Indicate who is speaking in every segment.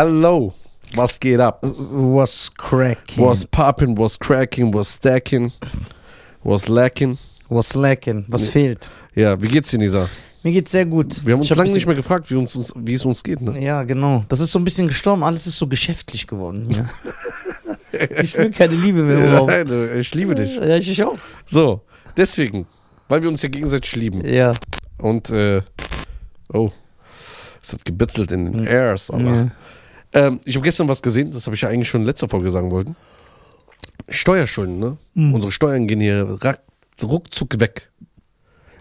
Speaker 1: Hello, was geht ab?
Speaker 2: Was cracking?
Speaker 1: Was poppin', was cracking, was stacking, was lacking?
Speaker 2: was lacking? Was fehlt?
Speaker 1: Ja, wie geht's dir, Nisa?
Speaker 2: Mir geht's sehr gut.
Speaker 1: Wir haben uns
Speaker 2: Ich hab
Speaker 1: lange
Speaker 2: ein
Speaker 1: nicht
Speaker 2: bisschen-
Speaker 1: mehr gefragt, wie, uns, uns, wie es uns geht, ne?
Speaker 2: Ja, genau. Das ist so ein bisschen gestorben. Alles ist so geschäftlich geworden. hier. ich fühle keine Liebe mehr. überhaupt.
Speaker 1: Nein, ich liebe dich.
Speaker 2: Ja, ich, ich auch.
Speaker 1: So, deswegen, weil wir uns ja gegenseitig lieben.
Speaker 2: Ja.
Speaker 1: Und, äh, oh, es hat gebitzelt in den Airs, aber.
Speaker 2: ja.
Speaker 1: Ähm, ich habe gestern was gesehen, das habe ich ja eigentlich schon in letzter Folge sagen wollen. Steuerschulden, ne?
Speaker 2: Hm.
Speaker 1: Unsere Steuern gehen hier rack, ruckzuck weg.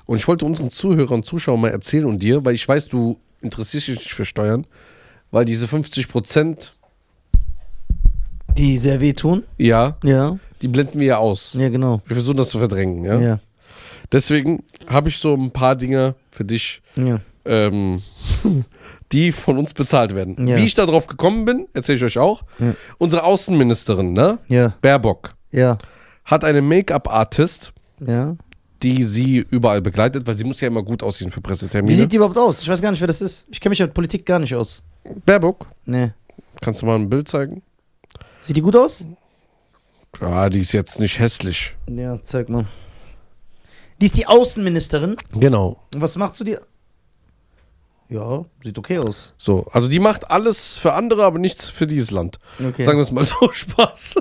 Speaker 1: Und ich wollte unseren Zuhörern und Zuschauern mal erzählen und dir, weil ich weiß, du interessierst dich nicht für Steuern, weil diese 50 Prozent,
Speaker 2: Die sehr wehtun.
Speaker 1: ja,
Speaker 2: Ja.
Speaker 1: die blenden wir ja aus.
Speaker 2: Ja, genau.
Speaker 1: Wir versuchen das zu verdrängen, ja.
Speaker 2: Ja. Ja.
Speaker 1: Deswegen habe ich so ein paar Dinge für dich,
Speaker 2: ja.
Speaker 1: ähm, die von uns bezahlt werden.
Speaker 2: Ja.
Speaker 1: Wie ich darauf gekommen bin, erzähle ich euch auch. Unsere Außenministerin, ne?
Speaker 2: Ja,
Speaker 1: Baerbock.
Speaker 2: ja,
Speaker 1: hat eine Make-up-Artist,
Speaker 2: ja.
Speaker 1: die sie überall begleitet, weil sie muss ja immer gut aussehen für
Speaker 2: Wie
Speaker 1: Pressetermine.
Speaker 2: sieht die überhaupt aus? Ich weiß gar nicht, wer das ist. Ich kenne mich mit Politik gar nicht aus.
Speaker 1: Baerbock,
Speaker 2: Nee.
Speaker 1: kannst du mal ein Bild zeigen?
Speaker 2: Sieht die gut aus?
Speaker 1: Ja, die ist jetzt nicht hässlich.
Speaker 2: Ja, zeig mal. Die ist die Außenministerin.
Speaker 1: Genau.
Speaker 2: Und Was machst du dir? Ja, sieht okay aus.
Speaker 1: So, also die macht alles für andere, aber nichts für dieses Land.
Speaker 2: Okay.
Speaker 1: Sagen wir es mal so, Spaß.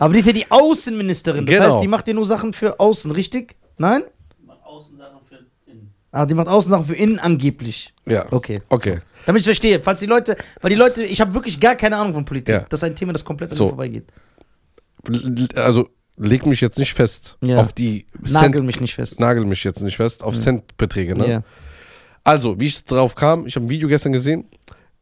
Speaker 2: Aber die ist ja die Außenministerin. Das
Speaker 1: Genau.
Speaker 2: heißt, die macht dir nur Sachen für außen, richtig? Nein?
Speaker 3: Mal Außensache für innen.
Speaker 2: Ah, die macht Außensachen für innen angeblich.
Speaker 1: Ja.
Speaker 2: Okay.
Speaker 1: Okay.
Speaker 2: Damit ich verstehe, falls die Leute, weil die Leute, ich habe wirklich gar keine Ahnung von Politik.
Speaker 1: Ja.
Speaker 2: Das ist ein Thema, das komplett an
Speaker 1: So.
Speaker 2: mir vorbeigeht.
Speaker 1: L- Also leg mich jetzt nicht fest
Speaker 2: Ja.
Speaker 1: auf die
Speaker 2: Nagel mich nicht fest.
Speaker 1: Nagel mich jetzt nicht fest auf Centbeträge, ne?
Speaker 2: Ja.
Speaker 1: Also, wie ich drauf kam, ich habe ein Video gestern gesehen,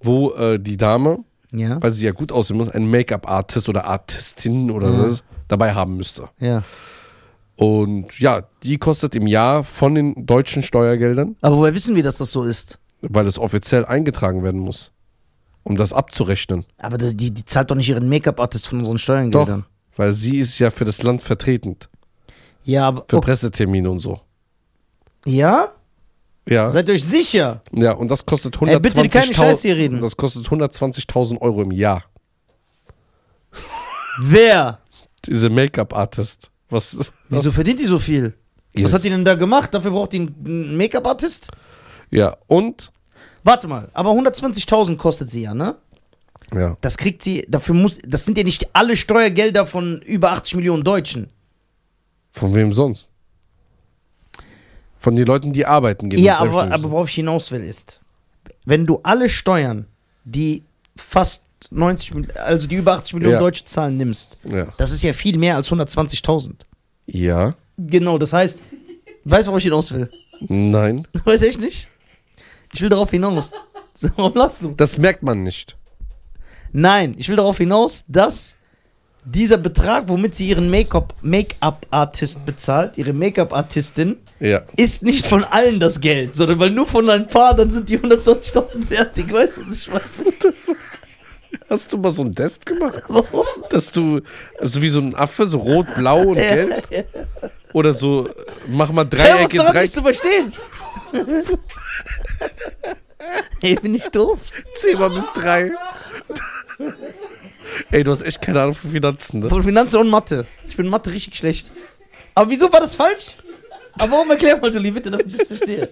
Speaker 1: wo äh, die Dame
Speaker 2: Ja.
Speaker 1: weil sie ja gut aussehen muss, einen Make-up-Artist oder Artistin oder
Speaker 2: Ja.
Speaker 1: was dabei haben müsste.
Speaker 2: Ja.
Speaker 1: Und ja, die kostet im Jahr von den deutschen Steuergeldern,
Speaker 2: Aber woher wissen wir, dass das so ist?
Speaker 1: weil es offiziell eingetragen werden muss, um das abzurechnen.
Speaker 2: Aber die, die, die zahlt doch nicht ihren Make-up-Artist von unseren Steuergeldern.
Speaker 1: Doch, weil sie ist ja für das Land vertretend,
Speaker 2: Ja, aber.
Speaker 1: für
Speaker 2: okay.
Speaker 1: Pressetermine und so.
Speaker 2: Ja?
Speaker 1: Ja,
Speaker 2: Seid ihr euch sicher?
Speaker 1: ja, und das kostet
Speaker 2: Ey, bitte, die keine Scheiße hier
Speaker 1: 120.000
Speaker 2: reden.
Speaker 1: Das kostet 120.000 Euro im Jahr.
Speaker 2: Wer?
Speaker 1: Diese Make-up-Artist. Was?
Speaker 2: Wieso verdient die so viel?
Speaker 1: Yes.
Speaker 2: Was hat die denn da gemacht? Dafür braucht die einen Make-up-Artist?
Speaker 1: Ja, und?
Speaker 2: Warte mal, aber 120.000 kostet sie ja, ne?
Speaker 1: Ja.
Speaker 2: Das kriegt sie, dafür muss, das sind ja nicht alle Steuergelder von über 80 Millionen Deutschen.
Speaker 1: Von wem sonst? Von den Leuten, die arbeiten gehen.
Speaker 2: ja,
Speaker 1: und
Speaker 2: aber,
Speaker 1: selbstständig
Speaker 2: aber worauf ich hinaus will ist, wenn du alle Steuern, die fast 90, Mil- also die über 80 Millionen
Speaker 1: Ja.
Speaker 2: Deutsche zahlen, nimmst,
Speaker 1: sind. Ja.
Speaker 2: das ist ja viel mehr als 120.000.
Speaker 1: Ja.
Speaker 2: Genau, das heißt, weißt du, worauf ich hinaus will?
Speaker 1: Nein.
Speaker 2: Weiß ich nicht. Ich will darauf hinaus. Warum lachst du?
Speaker 1: Das merkt man nicht.
Speaker 2: Nein, ich will darauf hinaus, dass dieser Betrag, womit sie ihren Make-up- Make-up-Artist bezahlt, ihre Make-up-Artistin,
Speaker 1: Ja.
Speaker 2: ist nicht von allen das Geld, sondern weil nur von ein paar, dann sind die 120.000 fertig. Weißt du, was ich meine?
Speaker 1: Hast du mal so einen Test gemacht?
Speaker 2: Warum?
Speaker 1: Dass du, so wie so ein Affe, so rot, blau und gelb? Oder so, äh, mach mal
Speaker 2: Hä, was
Speaker 1: Dreiecke,
Speaker 2: daran nicht
Speaker 1: Dreiecke,
Speaker 2: zu verstehen? Ey, bin ich doof?
Speaker 1: zähl mal bis drei. Ey, du hast echt keine Ahnung von Finanzen, ne?
Speaker 2: Von Finanzen und Mathe. Ich bin in Mathe richtig schlecht. Aber wieso war das falsch? Aber warum erklär mal, Dulli, bitte, damit ich das verstehe?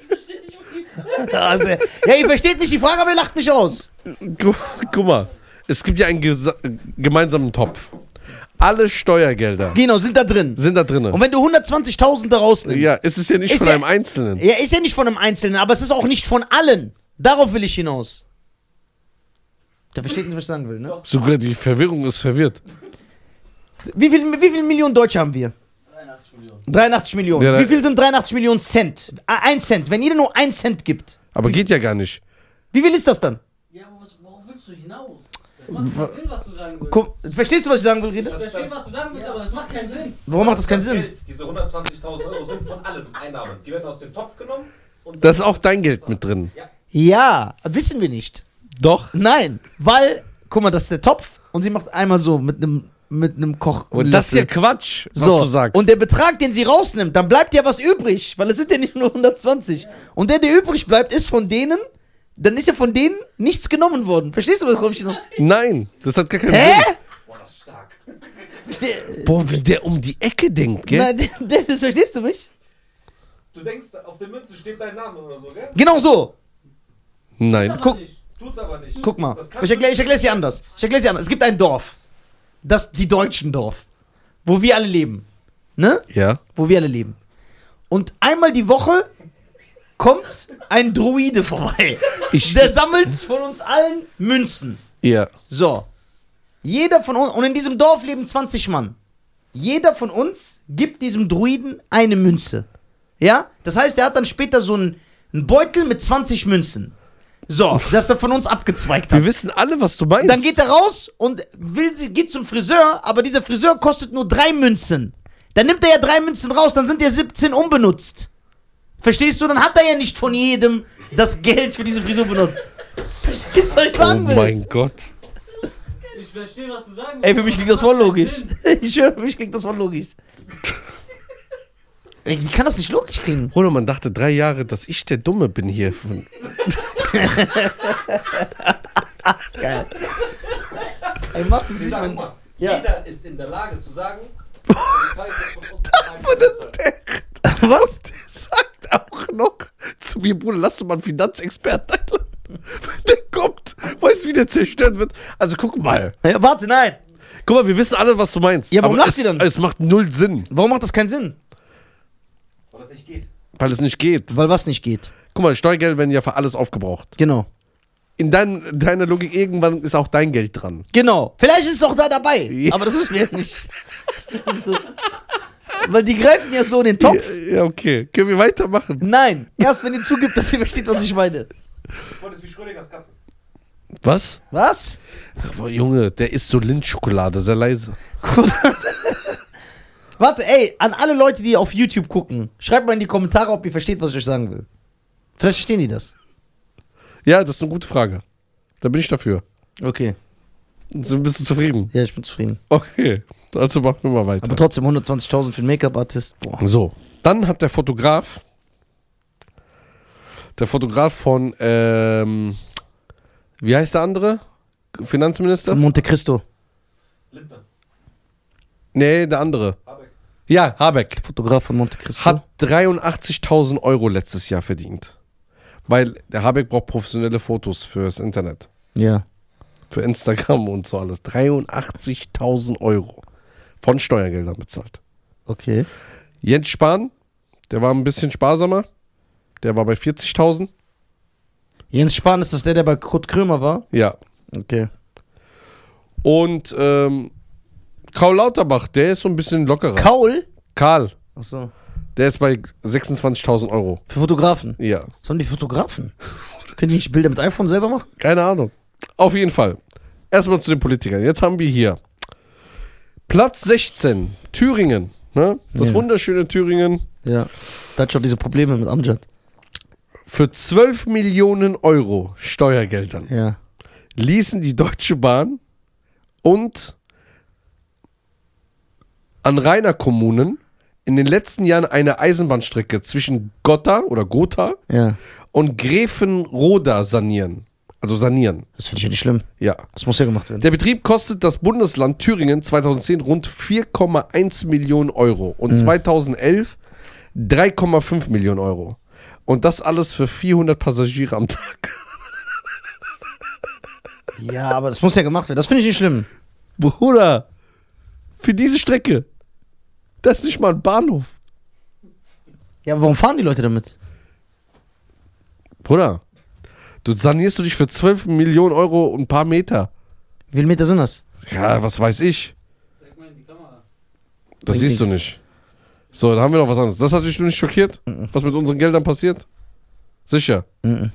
Speaker 2: Also, ja, ihr versteht nicht die Frage, aber ihr lacht mich aus.
Speaker 1: Gu- Guck mal, es gibt ja einen gesa- äh, gemeinsamen Topf. Alle Steuergelder
Speaker 2: Genau, sind da drin.
Speaker 1: sind da drin.
Speaker 2: Und wenn du 120.000 daraus nimmst,
Speaker 1: Ja, es ist ja nicht
Speaker 2: Ist
Speaker 1: von
Speaker 2: ja-
Speaker 1: einem Einzelnen.
Speaker 2: ja, ist ja nicht von einem Einzelnen, aber es ist auch nicht von allen. Darauf will ich hinaus. Der versteht nicht, was ich sagen will, ne?
Speaker 1: Sogar die Verwirrung ist verwirrt.
Speaker 2: Wie viel, wie viel Millionen Deutsche haben wir?
Speaker 3: 83 Millionen.
Speaker 2: 83 Millionen.
Speaker 1: Ja, da-
Speaker 2: wie viel sind 83 Millionen Cent? Ah, Ein Cent. Wenn ihr nur ein Cent gibt,
Speaker 1: Aber geht ja gar nicht.
Speaker 2: wie viel ist das dann?
Speaker 3: Ja, aber was, worauf willst du hinaus? Das macht keinen Sinn, was du sagen willst.
Speaker 2: Guck, verstehst du, was ich sagen will, Rede?
Speaker 3: Ich verstehe, was du sagen willst, aber das macht keinen Sinn.
Speaker 2: Warum macht das keinen Sinn?
Speaker 4: Geld, diese 120.000 Euro sind von allem Einnahmen. Die werden aus dem Topf genommen und
Speaker 1: Da ist auch dein Geld mit drin.
Speaker 2: Ja, wissen wir nicht.
Speaker 1: Doch.
Speaker 2: Nein, weil, guck mal, das ist der Topf und sie macht einmal so mit einem mit einem Koch.
Speaker 1: Und das ist ja Quatsch, was
Speaker 2: so.
Speaker 1: du sagst.
Speaker 2: Und der Betrag, den sie rausnimmt, dann bleibt ja was übrig, weil es sind ja nicht nur 120. Und der, der übrig bleibt, ist von denen, dann ist ja von denen nichts genommen worden. Verstehst du, worauf ich noch?
Speaker 1: Nein, das hat gar keinen
Speaker 2: Hä?
Speaker 1: Sinn.
Speaker 4: Boah, das ist stark.
Speaker 2: Verste
Speaker 1: Boah, wie der um die Ecke denkt, gell?
Speaker 2: Nein, Dennis, verstehst du mich?
Speaker 4: Du denkst, auf der Münze steht dein Name oder so, gell?
Speaker 2: Genau so.
Speaker 1: Nein.
Speaker 2: Guck.
Speaker 4: Tut's aber nicht.
Speaker 2: Guck mal.
Speaker 4: Das kannst
Speaker 2: Ich erkläre ich erklär es dir anders. Ich erkläre es dir anders. Es gibt ein Dorf. Das, die deutschen Dorf. Wo wir alle leben. Ne?
Speaker 1: Ja.
Speaker 2: Wo wir alle leben. Und einmal die Woche kommt ein Druide vorbei.
Speaker 1: Ich,
Speaker 2: Der sammelt von uns allen Münzen.
Speaker 1: ja.
Speaker 2: So. Jeder von uns, und in diesem Dorf leben 20 Mann. Jeder von uns gibt diesem Druiden eine Münze. Ja? Das heißt, er hat dann später so einen, einen Beutel mit 20 Münzen. So, dass er von uns abgezweigt hat.
Speaker 1: Wir wissen alle, was du meinst.
Speaker 2: Dann geht er raus und will sie, geht zum Friseur, aber dieser Friseur kostet nur drei Münzen. Dann nimmt er ja drei Münzen raus, dann sind ja 17 unbenutzt. Verstehst du? Dann hat er ja nicht von jedem das Geld für diese Frisur benutzt. Verstehst du, was ich
Speaker 1: Oh
Speaker 2: sagen will?
Speaker 1: mein Gott.
Speaker 3: Ich verstehe, was du sagen willst.
Speaker 2: Ey, für mich klingt das voll
Speaker 3: macht keinen
Speaker 2: logisch.
Speaker 3: Sinn.
Speaker 2: Ich höre, für mich klingt das voll logisch. Ey, wie kann das nicht logisch klingen?
Speaker 1: Bruder, man dachte drei Jahre, dass ich der Dumme bin hier.
Speaker 2: Ey, macht das
Speaker 4: Ich sag mal,
Speaker 2: Ja.
Speaker 4: jeder ist in der Lage zu sagen, das
Speaker 2: Was?
Speaker 1: sagt auch noch zu mir, Bruder, lass doch mal einen Finanzexperten einladen. Der kommt. Weißt du, wie der zerstört wird? Also guck mal.
Speaker 2: Ja, warte, nein.
Speaker 1: Guck mal, wir wissen alle, was du meinst.
Speaker 2: Ja, warum
Speaker 1: Aber
Speaker 2: lacht
Speaker 1: es,
Speaker 2: ihr dann?
Speaker 1: Es macht null Sinn,
Speaker 2: Warum macht das keinen Sinn?
Speaker 4: weil das nicht geht.
Speaker 1: weil es nicht geht.
Speaker 2: Weil was nicht geht.
Speaker 1: Guck mal, Steuergeld werden ja für alles aufgebraucht.
Speaker 2: Genau.
Speaker 1: In dein, deiner Logik, irgendwann ist auch dein Geld dran.
Speaker 2: Genau. Vielleicht ist es auch da dabei,
Speaker 1: Ja.
Speaker 2: aber das wissen wir ja nicht. So. Weil die greifen ja so in den Topf.
Speaker 1: Ja, okay. Können wir weitermachen?
Speaker 2: Nein, erst wenn ihr zugibt, dass ihr versteht, was ich meine.
Speaker 4: Und das ist wie Schrödingers Katze.
Speaker 1: Was?
Speaker 2: Was?
Speaker 1: Boah, Junge, der isst so Lindschokolade, sehr leise.
Speaker 2: Gut. Warte, ey, an alle Leute, die auf YouTube gucken, schreibt mal in die Kommentare, ob ihr versteht, was ich euch sagen will. Vielleicht verstehen die das.
Speaker 1: Ja, das ist eine gute Frage. Da bin ich dafür.
Speaker 2: Okay.
Speaker 1: So bist du zufrieden?
Speaker 2: Ja, ich bin zufrieden.
Speaker 1: Okay, also machen wir mal weiter.
Speaker 2: Aber trotzdem 120.000 für einen Make-up-Artist. Boah.
Speaker 1: So, dann hat der Fotograf, der Fotograf von, ähm, wie heißt der andere? Finanzminister?
Speaker 2: Monte Cristo.
Speaker 4: Lindner,
Speaker 1: Nee, der andere.
Speaker 4: Habeck.
Speaker 1: Ja, Habeck.
Speaker 2: Fotograf von Monte Cristo.
Speaker 1: Hat 83.000 Euro letztes Jahr verdient. Weil der Habeck braucht professionelle Fotos fürs Internet.
Speaker 2: Ja.
Speaker 1: Für Instagram und so alles. 83.000 Euro von Steuergeldern bezahlt.
Speaker 2: Okay.
Speaker 1: Jens Spahn, der war ein bisschen sparsamer. Der war bei 40.000.
Speaker 2: Jens Spahn ist das der, der bei Kurt Krömer war?
Speaker 1: Ja,
Speaker 2: Okay.
Speaker 1: Und ähm, Karl Lauterbach, der ist so ein bisschen lockerer.
Speaker 2: Kaul?
Speaker 1: Karl,
Speaker 2: Achso.
Speaker 1: der ist bei 26.000 Euro.
Speaker 2: Für Fotografen.
Speaker 1: Ja,
Speaker 2: Was haben die Fotografen? Können die nicht Bilder mit iPhone selber machen?
Speaker 1: keine Ahnung. Auf jeden Fall. Erstmal zu den Politikern. Jetzt haben wir hier Platz 16, Thüringen. Ne? Das
Speaker 2: Ja.
Speaker 1: wunderschöne Thüringen.
Speaker 2: Ja. Da hat schon diese Probleme mit Amjad.
Speaker 1: Für 12 Millionen Euro Steuergeldern
Speaker 2: Ja.
Speaker 1: ließen die Deutsche Bahn und Anrainerkommunen in den letzten Jahren eine Eisenbahnstrecke zwischen Gotha oder Gotha
Speaker 2: Ja.
Speaker 1: und Gräfenroda sanieren. Also sanieren,
Speaker 2: Das finde ich ja nicht schlimm.
Speaker 1: ja.
Speaker 2: Das muss ja gemacht werden.
Speaker 1: Der Betrieb kostet das Bundesland Thüringen 2010 rund 4,1 Millionen Euro und 2011 3,5 Millionen Euro. Und das alles für 400 Passagiere am Tag.
Speaker 2: Ja, aber das muss ja gemacht werden. Das finde ich nicht schlimm.
Speaker 1: Bruder, für diese Strecke, das ist nicht mal ein Bahnhof.
Speaker 2: Ja, aber warum fahren die Leute damit?
Speaker 1: Bruder, du sanierst du dich für 12 Millionen Euro und ein paar Meter.
Speaker 2: Wie viele Meter sind das?
Speaker 1: Ja, was weiß ich.
Speaker 3: Zeig mal in die Kamera.
Speaker 1: Das
Speaker 2: Bringt
Speaker 1: siehst du nicht. So, dann haben wir noch was anderes. Das hat dich nur nicht schockiert, was mit unseren Geldern passiert? Sicher.
Speaker 2: Mhm.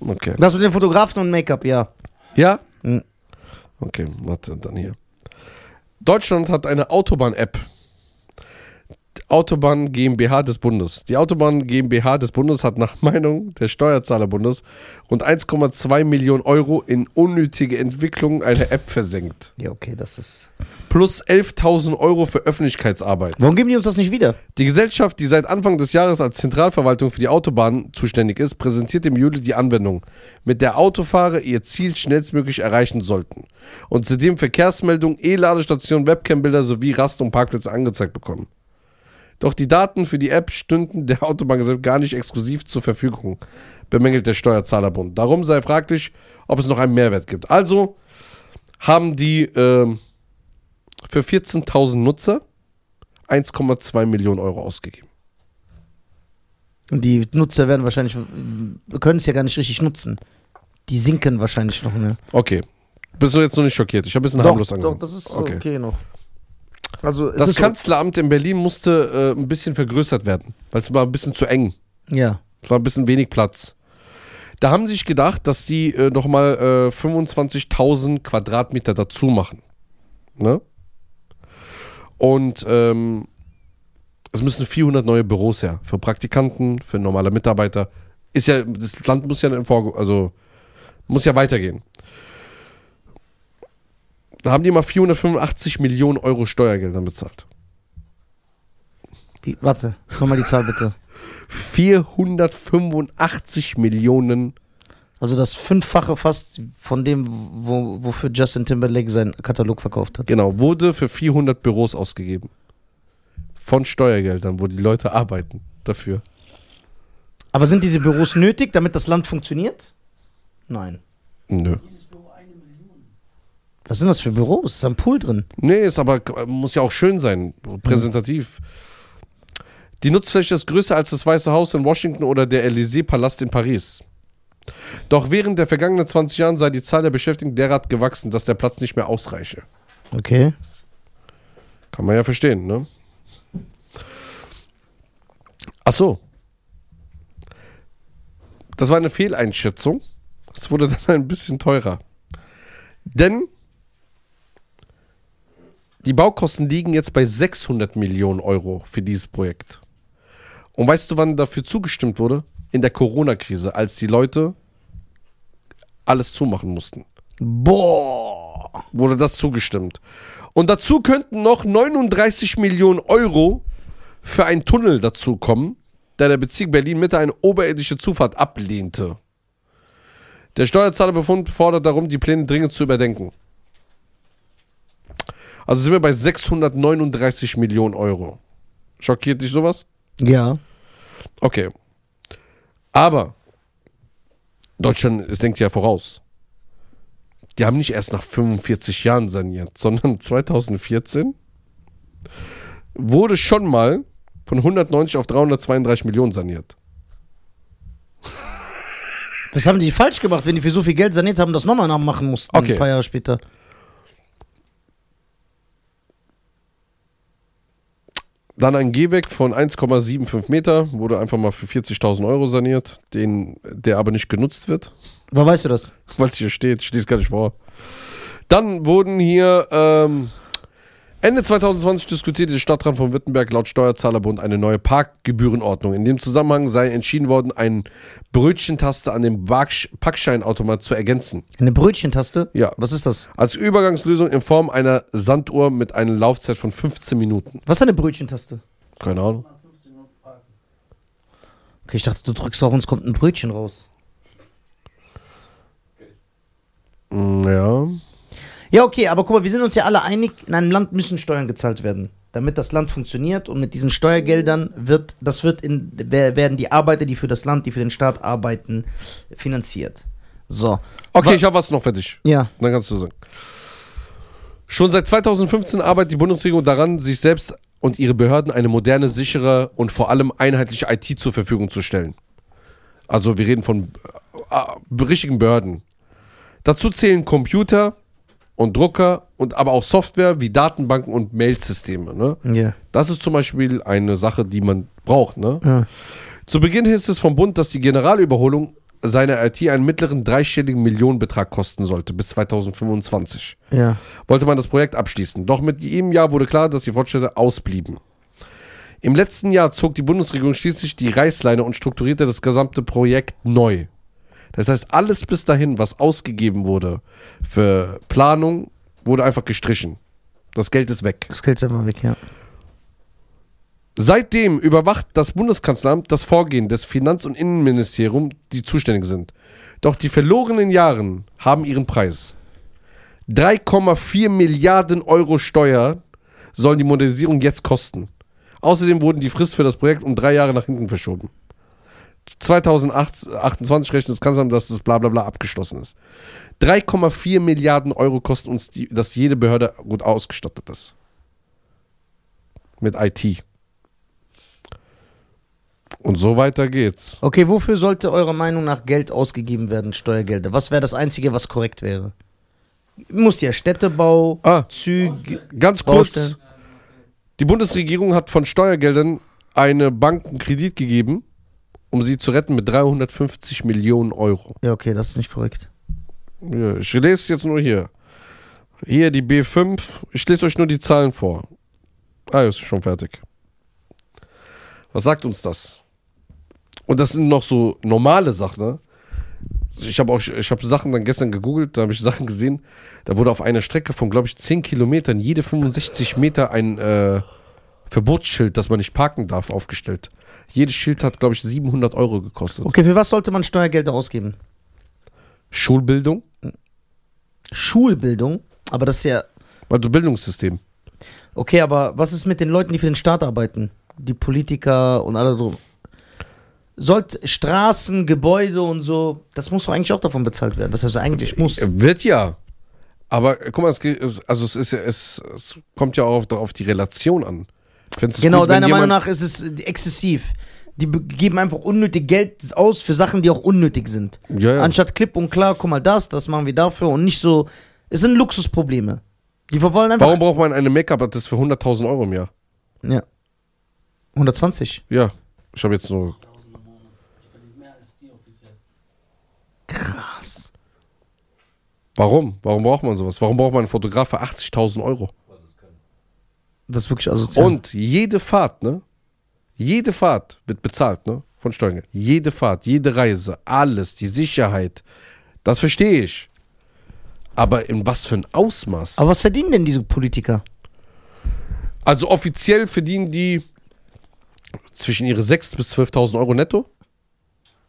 Speaker 1: Okay.
Speaker 2: Das mit den Fotografen und Make-up, ja.
Speaker 1: Ja?
Speaker 2: Mhm.
Speaker 1: Hm. Okay, warte, dann hier. Deutschland hat eine Autobahn-App. Autobahn GmbH des Bundes. Die Autobahn GmbH des Bundes hat nach Meinung des Steuerzahlerbundes rund 1,2 Millionen Euro in unnötige Entwicklung einer App versenkt.
Speaker 2: Ja, okay, das ist.
Speaker 1: Plus 11.000 Euro für Öffentlichkeitsarbeit.
Speaker 2: Warum geben die uns das nicht wieder?
Speaker 1: Die Gesellschaft, die seit Anfang des Jahres als Zentralverwaltung für die Autobahnen zuständig ist, präsentiert im Juli die Anwendung, mit der Autofahrer ihr Ziel schnellstmöglich erreichen sollten und zudem Verkehrsmeldungen, E-Ladestationen, Webcam-Bilder sowie Rast- und Parkplätze angezeigt bekommen. Doch die Daten für die App stünden der Autobahngesellschaft gar nicht exklusiv zur Verfügung, bemängelt der Steuerzahlerbund. Darum sei fraglich, ob es noch einen Mehrwert gibt. Also haben die ähm, für 14.000 Nutzer 1,2 Millionen Euro ausgegeben.
Speaker 2: Und die Nutzer werden wahrscheinlich, wir können es ja gar nicht richtig nutzen. Die sinken wahrscheinlich noch, ne?
Speaker 1: Okay. Bist du jetzt noch nicht schockiert? Ich habe ein bisschen harmlos angefangen.
Speaker 2: das ist
Speaker 1: Okay.
Speaker 2: noch. Also, es
Speaker 1: Das
Speaker 2: ist
Speaker 1: Kanzleramt in Berlin musste äh, ein bisschen vergrößert werden, weil es war ein bisschen zu eng.
Speaker 2: Ja.
Speaker 1: Es war ein bisschen wenig Platz. Da haben sie sich gedacht, dass die äh, nochmal äh, 25.000 Quadratmeter dazu machen. Ne? Und ähm, es müssen 400 neue Büros her. Für Praktikanten, für normale Mitarbeiter. Ist ja, das Land muss ja, in Vorge- also, muss ja weitergehen. Da haben die mal 485 Millionen Euro Steuergeldern bezahlt.
Speaker 2: Wie, warte, nochmal die Zahl bitte.
Speaker 1: 485 Millionen
Speaker 2: Also das Fünffache fast von dem, wo, wofür Justin Timberlake seinen Katalog verkauft hat.
Speaker 1: Genau, wurde für 400 Büros ausgegeben. Von Steuergeldern, wo die Leute arbeiten dafür.
Speaker 2: Aber sind diese Büros nötig, damit das Land funktioniert? Nein.
Speaker 1: Nö.
Speaker 3: Jedes Büro eine Million.
Speaker 2: Was sind das für Büros? Ist da ein Pool drin?
Speaker 1: Nee, ist aber, muss ja auch schön sein, präsentativ. Die Nutzfläche ist größer als das Weiße Haus in Washington oder der Élysée-Palast in Paris. Doch während der vergangenen 20 Jahren sei die Zahl der Beschäftigten derart gewachsen, dass der Platz nicht mehr ausreiche.
Speaker 2: Okay.
Speaker 1: Kann man ja verstehen, ne? Ach so. Das war eine Fehleinschätzung. Es wurde dann ein bisschen teurer. Denn die Baukosten liegen jetzt bei 600 Millionen Euro für dieses Projekt. Und weißt du, wann dafür zugestimmt wurde? In der Corona-Krise, als die Leute alles zumachen mussten
Speaker 2: Boah.
Speaker 1: wurde das zugestimmt. Und dazu könnten noch 39 Millionen Euro für einen Tunnel dazukommen, da der Bezirk Berlin-Mitte eine oberirdische Zufahrt ablehnte. Der Steuerzahlerbefund fordert darum, die Pläne dringend zu überdenken. Also sind wir bei 639 Millionen Euro. Schockiert dich sowas?
Speaker 2: Ja.
Speaker 1: Okay. Aber Deutschland es denkt ja voraus. Die haben nicht erst nach 45 Jahren saniert, sondern 2014 wurde schon mal von 190 auf 332 Millionen saniert.
Speaker 2: Was haben die falsch gemacht, wenn die für so viel Geld saniert haben, das nochmal nachmachen mussten?
Speaker 1: Okay.
Speaker 2: Ein paar Jahre später.
Speaker 1: Dann ein Gehweg von 1,75 Meter wurde einfach mal für 40.000 Euro saniert, den, der aber nicht genutzt wird.
Speaker 2: Woher weißt du das?
Speaker 1: weil es hier steht. Ich lese gar nicht vor. Dann wurden hier ähm, Ende 2020 diskutiert der Stadtrat von Wittenberg laut Steuerzahlerbund eine neue Parkgebührenordnung. In dem Zusammenhang sei entschieden worden, eine Brötchentaste an dem Barksch- Packscheinautomat zu ergänzen.
Speaker 2: Eine Brötchentaste?
Speaker 1: Ja.
Speaker 2: Was ist das?
Speaker 1: Als Übergangslösung in Form einer Sanduhr mit einer Laufzeit von 15 Minuten.
Speaker 2: Was ist eine Brötchentaste?
Speaker 1: Keine Ahnung.
Speaker 3: Nach 15 Minuten parken.
Speaker 2: Okay, ich dachte, du drückst auf uns kommt ein Brötchen raus.
Speaker 1: Mm, Ja.
Speaker 2: Ja, okay, aber guck mal, wir sind uns ja alle einig, in einem Land müssen Steuern gezahlt werden, damit das Land funktioniert und mit diesen Steuergeldern wird, das wird in, wer- werden die Arbeiter, die für das Land, die für den Staat arbeiten, finanziert. So.
Speaker 1: Okay,
Speaker 2: Wa-
Speaker 1: ich habe was noch für dich.
Speaker 2: Ja.
Speaker 1: Dann kannst du sagen. Schon seit 2015 arbeitet die Bundesregierung daran, sich selbst und ihre Behörden eine moderne, sichere und vor allem einheitliche IT zur Verfügung zu stellen. Also wir reden von äh, äh, richtigen Behörden. Dazu zählen Computer und Drucker und aber auch Software wie Datenbanken und Mailsysteme. Ne?
Speaker 2: Ja.
Speaker 1: Das ist zum Beispiel eine Sache, die man braucht. Ne?
Speaker 2: Ja.
Speaker 1: Zu Beginn hieß es vom Bund, dass die Generalüberholung seiner IT einen mittleren dreistelligen Millionenbetrag kosten sollte bis 2025.
Speaker 2: Ja.
Speaker 1: Wollte man das Projekt abschließen. Doch mit jedem Jahr wurde klar, dass die Fortschritte ausblieben. Im letzten Jahr zog die Bundesregierung schließlich die Reißleine und strukturierte das gesamte Projekt neu. Das heißt, alles bis dahin, was ausgegeben wurde für Planung, wurde einfach gestrichen. Das Geld ist weg.
Speaker 2: Das Geld ist einfach weg, ja.
Speaker 1: Seitdem überwacht das Bundeskanzleramt das Vorgehen des Finanz- und Innenministeriums, die zuständig sind. Doch die verlorenen Jahren haben ihren Preis. 3,4 Milliarden Euro Steuer sollen die Modernisierung jetzt kosten. Außerdem wurden die Frist für das Projekt um drei Jahre nach hinten verschoben. 2028 rechnet das Kanzleramt, dass das bla bla bla abgeschlossen ist. 3,4 Milliarden Euro kosten uns, die, dass jede Behörde gut ausgestattet ist. Mit IT. Und so weiter geht's.
Speaker 2: Okay, wofür sollte eurer Meinung nach Geld ausgegeben werden, Steuergelder? Was wäre das Einzige, was korrekt wäre? Muss ja Städtebau,
Speaker 1: Ah.
Speaker 2: Züge,
Speaker 1: Ganz kurz.
Speaker 2: Baustellen.
Speaker 1: Die Bundesregierung hat von Steuergeldern eine Banken Kredit gegeben, um sie zu retten mit 350 Millionen Euro.
Speaker 2: Ja, okay, das ist nicht korrekt.
Speaker 1: Ja, ich lese jetzt nur hier. Hier die B5. Ich lese euch nur die Zahlen vor. Ah, ist schon fertig. Was sagt uns das? Und das sind noch so normale Sachen, ne? Ich habe auch, ich habe Sachen dann gestern gegoogelt, da habe ich Sachen gesehen. Da wurde auf einer Strecke von, glaube ich, 10 Kilometern jede 65 Meter ein äh, Verbotsschild, dass man nicht parken darf, aufgestellt. Jedes Schild hat, glaube ich, 700 Euro gekostet.
Speaker 2: Okay, für was sollte man Steuergelder ausgeben?
Speaker 1: Schulbildung,
Speaker 2: Schulbildung, aber das ist ja.
Speaker 1: also Bildungssystem.
Speaker 2: Okay, aber was ist mit den Leuten, die für den Staat arbeiten? Die Politiker und alle drum. Sollt Straßen, Gebäude und so, das muss doch eigentlich auch davon bezahlt werden. Was heißt eigentlich muss?
Speaker 1: Wird ja. Aber äh, guck mal, es, geht- also es, ist ja, es, es kommt ja auch auf, auf die Relation an. Findest du's
Speaker 2: Genau,
Speaker 1: gut, wenn
Speaker 2: deiner Meinung
Speaker 1: jemand-
Speaker 2: nach ist es äh, exzessiv. Die be- geben einfach unnötig Geld aus für Sachen, die auch unnötig sind.
Speaker 1: Ja, ja.
Speaker 2: Anstatt klipp und klar, guck mal das, das machen wir dafür und nicht so. Es sind Luxusprobleme. Die wollen einfach.
Speaker 1: Warum braucht man eine Make-up-Artist für 100.000 Euro im Jahr?
Speaker 2: Ja. 120.
Speaker 1: Ja, ich habe jetzt nur.
Speaker 3: Tausende im Monat. Ich verdiene mehr als die offiziell.
Speaker 2: Krass.
Speaker 1: Warum? Warum braucht man sowas? Warum braucht man einen Fotograf für 80.000 Euro?
Speaker 4: was es können.
Speaker 2: Das ist wirklich asozial.
Speaker 1: Und jede Fahrt, ne? Jede Fahrt wird bezahlt, ne? Von Steuergeld. Jede Fahrt, jede Reise, alles, die Sicherheit. Das verstehe ich. Aber in was für ein Ausmaß?
Speaker 2: Aber was verdienen denn diese Politiker?
Speaker 1: Also offiziell verdienen die zwischen ihre 6.000 bis 12.000 Euro netto.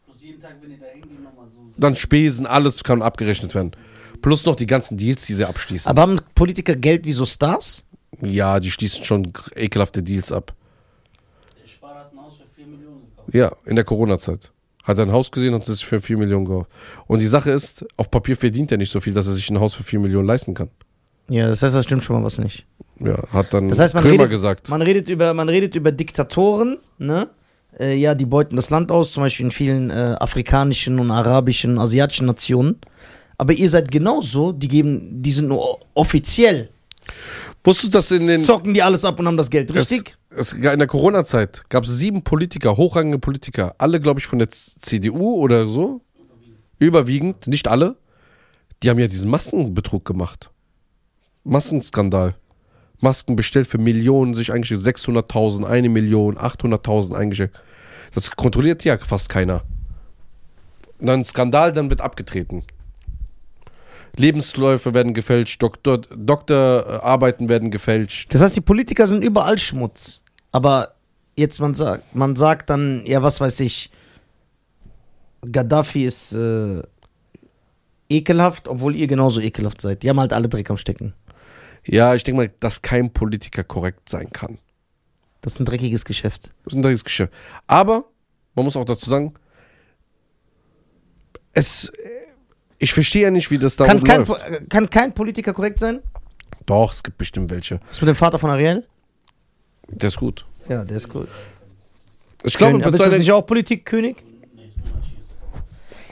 Speaker 3: Plus jeden Tag, wenn ihr da hingeht, nochmal so.
Speaker 1: Dann Spesen, alles kann abgerechnet werden. Plus noch die ganzen Deals, die sie abschließen.
Speaker 2: Aber haben Politiker Geld wie so Stars?
Speaker 1: ja, die schließen schon ekelhafte Deals ab.
Speaker 3: Der Sparer hat ein Haus für 4 Millionen gekauft.
Speaker 1: Ja, in der Corona-Zeit. Hat er ein Haus gesehen und hat sich für 4 Millionen gekauft. Und die Sache ist, auf Papier verdient er nicht so viel, dass er sich ein Haus für 4 Millionen leisten kann.
Speaker 2: Ja, das heißt, da stimmt schon mal was nicht.
Speaker 1: Ja, hat dann
Speaker 2: Das heißt, man
Speaker 1: Krömer
Speaker 2: redet,
Speaker 1: gesagt.
Speaker 2: Man redet, über, man redet über Diktatoren, ne? Äh, ja, die beuten das Land aus, zum Beispiel in vielen äh, afrikanischen und arabischen, asiatischen Nationen. Aber ihr seid genauso, die geben, die sind nur offiziell.
Speaker 1: Wusstest du, dass in den.
Speaker 2: Zocken die alles ab und haben das Geld, richtig?
Speaker 1: Es, es, in der Corona-Zeit gab es sieben Politiker, hochrangige Politiker, alle, glaube ich, von der Z- CDU oder so. Überwiegend, nicht alle. Die haben ja diesen Massenbetrug gemacht. Massenskandal. Masken bestellt für Millionen, sich eingeschickt, 600.000, eine Million, 800.000 eingeschickt. Das kontrolliert ja fast keiner. Und dann Skandal, dann wird abgetreten. Lebensläufe werden gefälscht, Doktor, Doktorarbeiten werden gefälscht.
Speaker 2: Das heißt, die Politiker sind überall Schmutz. Aber jetzt man sagt, man sagt dann, ja, was weiß ich, Gaddafi ist äh, ekelhaft, obwohl ihr genauso ekelhaft seid. Die haben halt alle Dreck am Stecken.
Speaker 1: Ja, ich denke mal, dass kein Politiker korrekt sein kann.
Speaker 2: Das ist ein dreckiges Geschäft.
Speaker 1: Das ist ein dreckiges Geschäft. Aber man muss auch dazu sagen, es, ich verstehe ja nicht, wie das da
Speaker 2: Kann
Speaker 1: oben
Speaker 2: kein,
Speaker 1: läuft.
Speaker 2: Po- kann kein Politiker korrekt sein?
Speaker 1: Doch, es gibt bestimmt welche.
Speaker 2: Was mit dem Vater von Ariel?
Speaker 1: Der ist gut.
Speaker 2: Ja, der ist cool.
Speaker 1: Ich glaube,
Speaker 2: König, aber
Speaker 1: mit
Speaker 2: ist
Speaker 1: so
Speaker 2: das
Speaker 1: einer-
Speaker 2: nicht auch Politikkönig?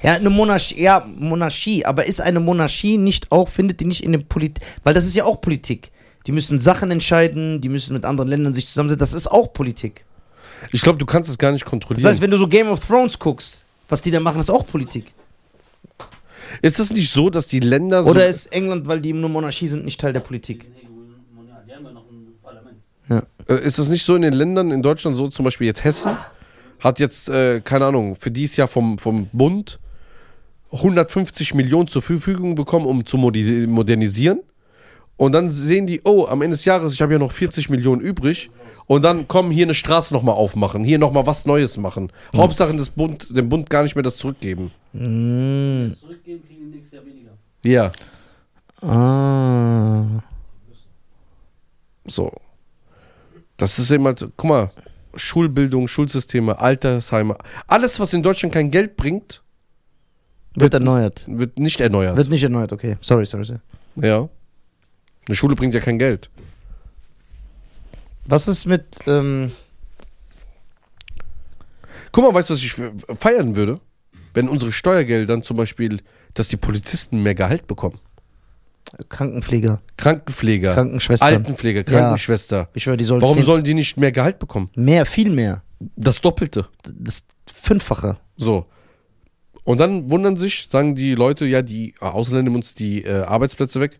Speaker 2: Ja, eine Monarchie, ja, Monarchie, aber ist eine Monarchie nicht auch, findet die nicht in den Politik, weil das ist ja auch Politik. Die müssen Sachen entscheiden, die müssen mit anderen Ländern sich zusammensetzen, das ist auch Politik.
Speaker 1: ich glaube, du kannst es gar nicht kontrollieren.
Speaker 2: Das heißt, wenn du so Game of Thrones guckst, was die da machen, ist auch Politik.
Speaker 1: ist es nicht so, dass die Länder
Speaker 2: Also-
Speaker 1: so.
Speaker 2: Oder ist England, weil die nur Monarchie sind, nicht Teil der Politik?
Speaker 3: Die haben ja noch ein Parlament.
Speaker 2: Ja.
Speaker 1: Äh, Ist es nicht so in den Ländern in Deutschland, so zum Beispiel jetzt Hessen, hat jetzt, äh, keine Ahnung, für dieses Jahr vom, vom Bund 150 Millionen zur Verfügung bekommen, um zu modi- modernisieren. Und dann sehen die, oh, am Ende des Jahres, ich habe ja noch 40 Millionen übrig. Und dann kommen hier eine Straße nochmal aufmachen, hier nochmal was Neues machen. Hauptsache das Bund, dem Bund gar nicht mehr das zurückgeben.
Speaker 2: Hm.
Speaker 3: Das zurückgeben kriegen wir nächstes Jahr weniger.
Speaker 1: Ja,
Speaker 2: Ah.
Speaker 1: so. Das ist eben halt, guck mal, Schulbildung, Schulsysteme, Altersheime, alles, was in Deutschland kein Geld bringt,
Speaker 2: Wird erneuert.
Speaker 1: wird nicht erneuert.
Speaker 2: Wird nicht erneuert, okay. Sorry, sorry, sorry.
Speaker 1: Ja. Eine Schule bringt ja kein Geld.
Speaker 2: Was ist mit, ähm,
Speaker 1: Guck mal, weißt du, was ich fe- feiern würde? Wenn unsere Steuergeldern zum Beispiel, dass die Polizisten mehr Gehalt bekommen.
Speaker 2: Krankenpfleger,
Speaker 1: Krankenpfleger,
Speaker 2: Krankenschwestern?
Speaker 1: Altenpfleger, Krankenschwester.
Speaker 2: Ich höre, die sollen
Speaker 1: Warum
Speaker 2: zehn-
Speaker 1: sollen die nicht mehr Gehalt bekommen?
Speaker 2: mehr, viel mehr.
Speaker 1: Das Doppelte.
Speaker 2: Das Fünffache.
Speaker 1: So. Und dann wundern sich, sagen die Leute, ja, die Ausländer nehmen uns die äh, Arbeitsplätze weg.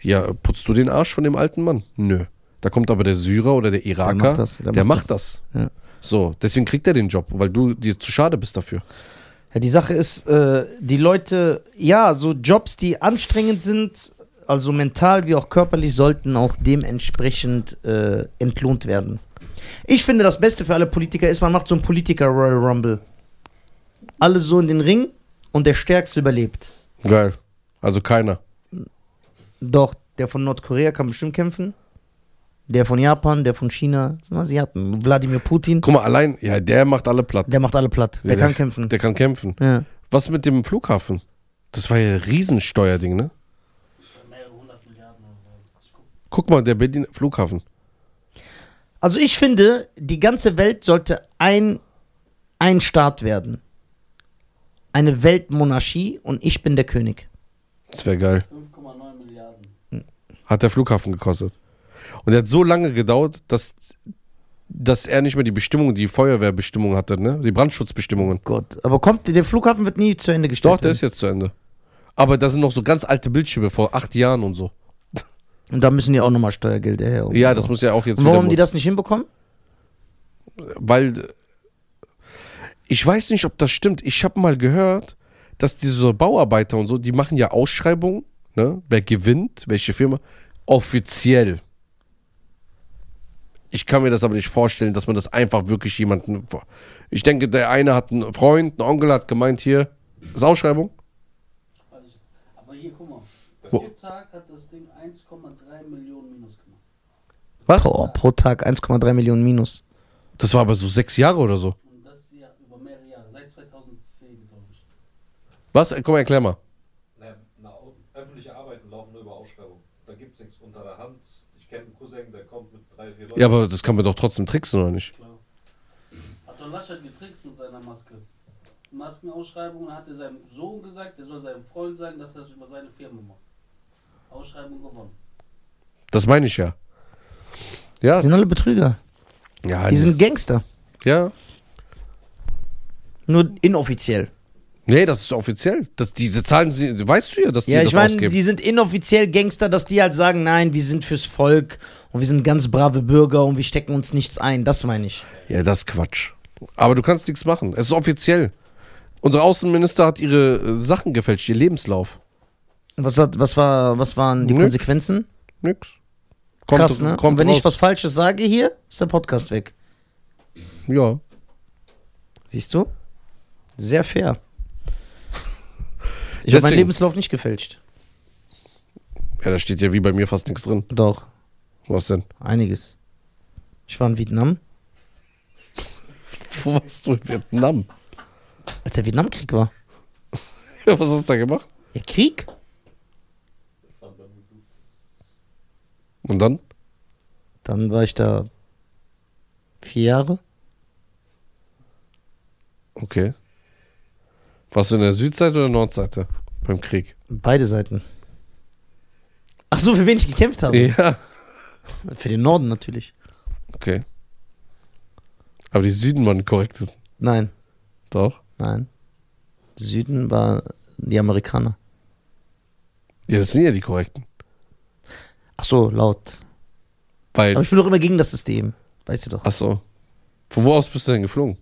Speaker 1: Ja, putzt du den Arsch von dem alten Mann? Nö. Da kommt aber der Syrer oder der Iraker, der macht das. Der macht das.
Speaker 2: Ja.
Speaker 1: So, deswegen kriegt er den Job, weil du dir zu schade bist dafür.
Speaker 2: Ja, die Sache ist, äh, die Leute, ja, so Jobs, die anstrengend sind, also mental wie auch körperlich, sollten auch dementsprechend äh, entlohnt werden. Ich finde, das Beste für alle Politiker ist, man macht so einen Politiker Royal Rumble. Alle so in den Ring und der Stärkste überlebt.
Speaker 1: Geil. Also keiner.
Speaker 2: Doch, der von Nordkorea kann bestimmt kämpfen. Der von Japan, der von China, das sind Asiaten. Wladimir Putin,
Speaker 1: Guck mal, allein, ja, der macht alle platt.
Speaker 2: der macht alle platt. Der
Speaker 1: Ja,
Speaker 2: kann kämpfen.
Speaker 1: Der kann kämpfen.
Speaker 2: Ja.
Speaker 1: Was mit dem Flughafen? Das war ja ein Riesensteuerding, ne?
Speaker 3: Mehrere hundert Milliarden oder sowas. Ich guck
Speaker 1: Guck mal, der Berliner Flughafen.
Speaker 2: Also ich finde, die ganze Welt sollte ein, ein Staat werden. Eine Weltmonarchie und ich bin der König.
Speaker 1: Das wäre geil.
Speaker 3: 5,9 Milliarden.
Speaker 1: Hat der Flughafen gekostet. Und der hat so lange gedauert, dass, dass er nicht mehr die Bestimmung, die Feuerwehrbestimmung hatte, ne? Die Brandschutzbestimmungen.
Speaker 2: Gott, aber kommt, der Flughafen wird nie zu Ende gestellt.
Speaker 1: Doch, der ist jetzt zu Ende. Aber da sind noch so ganz alte Bildschirme vor acht Jahren und so.
Speaker 2: Und da müssen die auch nochmal Steuergelder her.
Speaker 1: Ja, das muss ja auch jetzt
Speaker 2: Und warum
Speaker 1: wieder.
Speaker 2: die das nicht hinbekommen?
Speaker 1: weil äh, ich weiß nicht, ob das stimmt. Ich habe mal gehört, dass diese Bauarbeiter und so, die machen ja Ausschreibungen, ne? Wer gewinnt, welche Firma, offiziell. Ich kann mir das aber nicht vorstellen, dass man das einfach wirklich jemanden. vor- Ich denke, der eine hat einen Freund, einen Onkel hat gemeint hier, das ist Ausschreibung.
Speaker 3: Weiß ich. Also, Aber hier, guck mal.
Speaker 1: Wo-
Speaker 3: Pro Tag hat das Ding 1,3 Millionen minus gemacht.
Speaker 1: Was?
Speaker 2: Boah, pro Tag 1,3 Millionen minus.
Speaker 1: Das war aber so sechs Jahre oder so.
Speaker 3: Und das ja über mehrere Jahre. Seit 2010, glaube ich.
Speaker 1: Was? Äh, Komm, erklär mal.
Speaker 4: Naja, na, öffentliche Arbeiten laufen nur über Ausschreibung. Da gibt es nichts unter der Hand. Ich kenne einen Cousin, der kommt mit drei, vier Leuten.
Speaker 1: Ja, aber das kann man doch trotzdem tricksen, oder nicht?
Speaker 3: Klar. Hat doch Laschet getrickst mit seiner Maske. Maskenausschreibung da hat er seinem Sohn gesagt, er soll seinem Freund sagen, dass er es über seine Firma macht. Ausschreibung gewonnen.
Speaker 1: Das meine ich ja. Ja,
Speaker 2: Die sind alle Betrüger.
Speaker 1: ja,
Speaker 2: Die sind Gangster.
Speaker 1: ja.
Speaker 2: Nur inoffiziell.
Speaker 1: Nee, das ist offiziell. Das, diese Zahlen, sie- weißt du ja, dass die
Speaker 2: Ja,
Speaker 1: das
Speaker 2: ich meine,
Speaker 1: ausgeben.
Speaker 2: die sind inoffiziell Gangster, dass die halt sagen, nein, wir sind fürs Volk und wir sind ganz brave Bürger und wir stecken uns nichts ein. Das meine ich.
Speaker 1: ja, das ist Quatsch. Aber du kannst nichts machen. Es ist offiziell. Unsere Außenminister hat ihre äh, Sachen gefälscht, ihr Lebenslauf.
Speaker 2: Was, hat, was, war, was waren die
Speaker 1: Nix.
Speaker 2: Konsequenzen?
Speaker 1: Nix. Kommt,
Speaker 2: Krass, ne?
Speaker 1: Kommt
Speaker 2: und wenn
Speaker 1: raus.
Speaker 2: ich was Falsches sage hier, ist der Podcast weg.
Speaker 1: Ja.
Speaker 2: Siehst du? Sehr fair. Ich habe meinen
Speaker 1: Deswegen.
Speaker 2: Lebenslauf nicht gefälscht.
Speaker 1: Ja, da steht ja wie bei mir fast nichts drin.
Speaker 2: Doch,
Speaker 1: Was denn?
Speaker 2: einiges. Ich war in Vietnam.
Speaker 1: Wo warst du in Vietnam?
Speaker 2: Als der Vietnamkrieg war.
Speaker 1: Ja, was hast du da gemacht?
Speaker 2: Ja, Krieg?
Speaker 1: Und dann?
Speaker 2: Dann war ich da vier Jahre.
Speaker 1: Okay. Warst du in der Südseite oder Nordseite? Beim Krieg.
Speaker 2: Beide Seiten. Ach so, für wen ich gekämpft habe.
Speaker 1: Ja.
Speaker 2: Für den Norden natürlich.
Speaker 1: Okay. Aber die Süden waren korrekt.
Speaker 2: Nein,
Speaker 1: Doch.
Speaker 2: nein. Süden war die Amerikaner.
Speaker 1: Ja, das sind ja die korrekten.
Speaker 2: Ach so, laut.
Speaker 1: Weil
Speaker 2: Aber ich bin doch immer gegen das System. Weißt du doch.
Speaker 1: Ach so. Von wo aus bist du denn geflogen?